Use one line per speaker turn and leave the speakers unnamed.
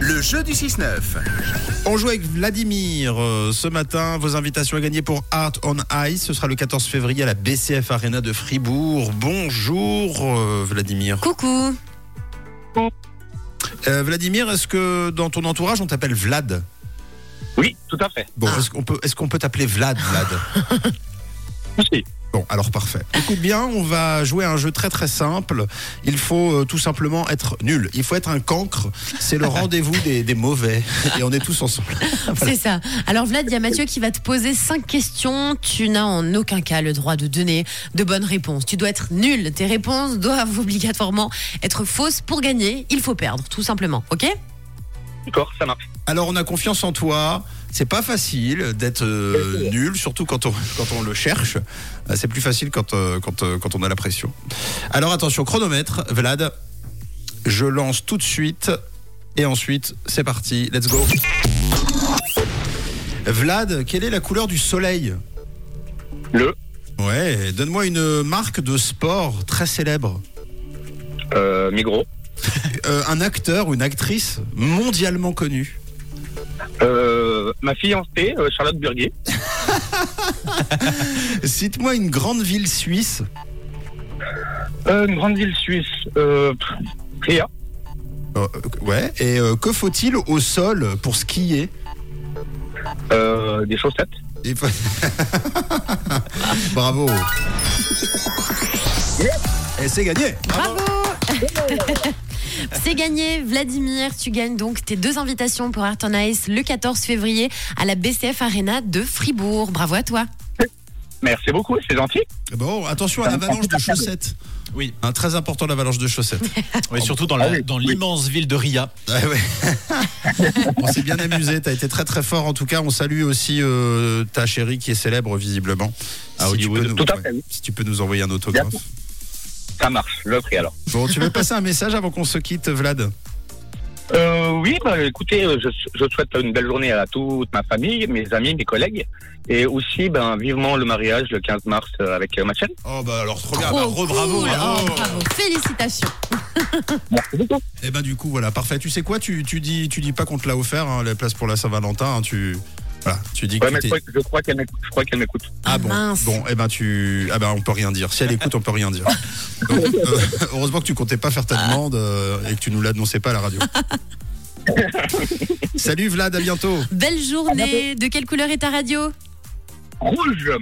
Le jeu du 6-9.
On joue avec Vladimir euh, ce matin. Vos invitations à gagner pour Art on Ice. Ce sera le 14 février à la BCF Arena de Fribourg. Bonjour euh, Vladimir.
Coucou.
Euh, Vladimir, est-ce que dans ton entourage on t'appelle Vlad
Oui, tout à fait.
Bon, est-ce qu'on peut, est-ce qu'on peut t'appeler Vlad Vlad
Merci.
Bon, alors parfait. Écoute bien, on va jouer à un jeu très très simple. Il faut euh, tout simplement être nul. Il faut être un cancre. C'est le rendez-vous des, des mauvais. Et on est tous ensemble.
C'est ça. Alors Vlad, il y a Mathieu qui va te poser cinq questions. Tu n'as en aucun cas le droit de donner de bonnes réponses. Tu dois être nul. Tes réponses doivent obligatoirement être fausses. Pour gagner, il faut perdre, tout simplement. Ok
D'accord, ça marche.
Alors on a confiance en toi. C'est pas facile d'être euh, nul, surtout quand on, quand on le cherche. Euh, C'est plus facile quand, euh, quand, euh, quand on a la pression. Alors attention, chronomètre, Vlad. Je lance tout de suite. Et ensuite, c'est parti. Let's go. Vlad, quelle est la couleur du soleil
Le,
Ouais, donne-moi une marque de sport très célèbre.
euh, Migros,
Euh, un acteur ou une actrice mondialement connue.
euh, ma fiancée, euh, Charlotte Burguet,
Cite-moi une grande ville suisse.
euh, une grande ville suisse, euh, Ria,
Euh, ouais. Et euh, que faut-il au sol pour skier
euh, des chaussettes.
Il faut- Bravo. Et c'est gagné.
Bravo C'est gagné, Vladimir. Tu gagnes donc tes deux invitations pour Art on Ice le 14 février à la BCF Arena de Fribourg. Bravo à toi.
Merci beaucoup, c'est gentil.
Bon, attention à l'avalanche de chaussettes.
Oui.
Un très important l'avalanche de chaussettes.
Oui, surtout dans
Ah
la-
oui,
dans
oui.
l'immense ville de Ria.
Ouais, ouais. on s'est bien amusé, t'as été très très fort en tout cas. On salue aussi euh, ta chérie qui est célèbre visiblement à
Si tu
Hollywood.
veux,
tout à
Ouais.
fait, oui.
Si tu peux nous envoyer un autographe.
Bien Ça marche, le prix alors.
Bon, tu veux passer un message avant qu'on se quitte, Vlad
Euh, oui, bah, écoutez, euh, je, je souhaite une belle journée à toute ma famille, mes amis, mes collègues, et aussi ben, vivement le mariage le 15 mars euh, avec euh, ma chaîne.
Oh bah alors trop
Trop cool. Oh, bravo. Félicitations.
Merci beaucoup.
Et ben du coup voilà parfait. Tu sais quoi tu, tu dis tu dis pas qu'on te l'a offert hein, la place pour la Saint-Valentin. hein, tu voilà tu dis que
Ouais, mais
t'es-
je crois, je crois qu'elle m'écoute. Je crois qu'elle m'écoute.
ah
Ah,
bon
mince.
bon et ben tu ah ben on peut rien dire. Si elle écoute on peut rien dire. Donc, euh, heureusement que tu comptais pas faire ta demande euh, et que tu nous l'annonçais pas à la radio. Salut Vlad à bientôt.
Belle journée. De quelle couleur est ta radio
Rouge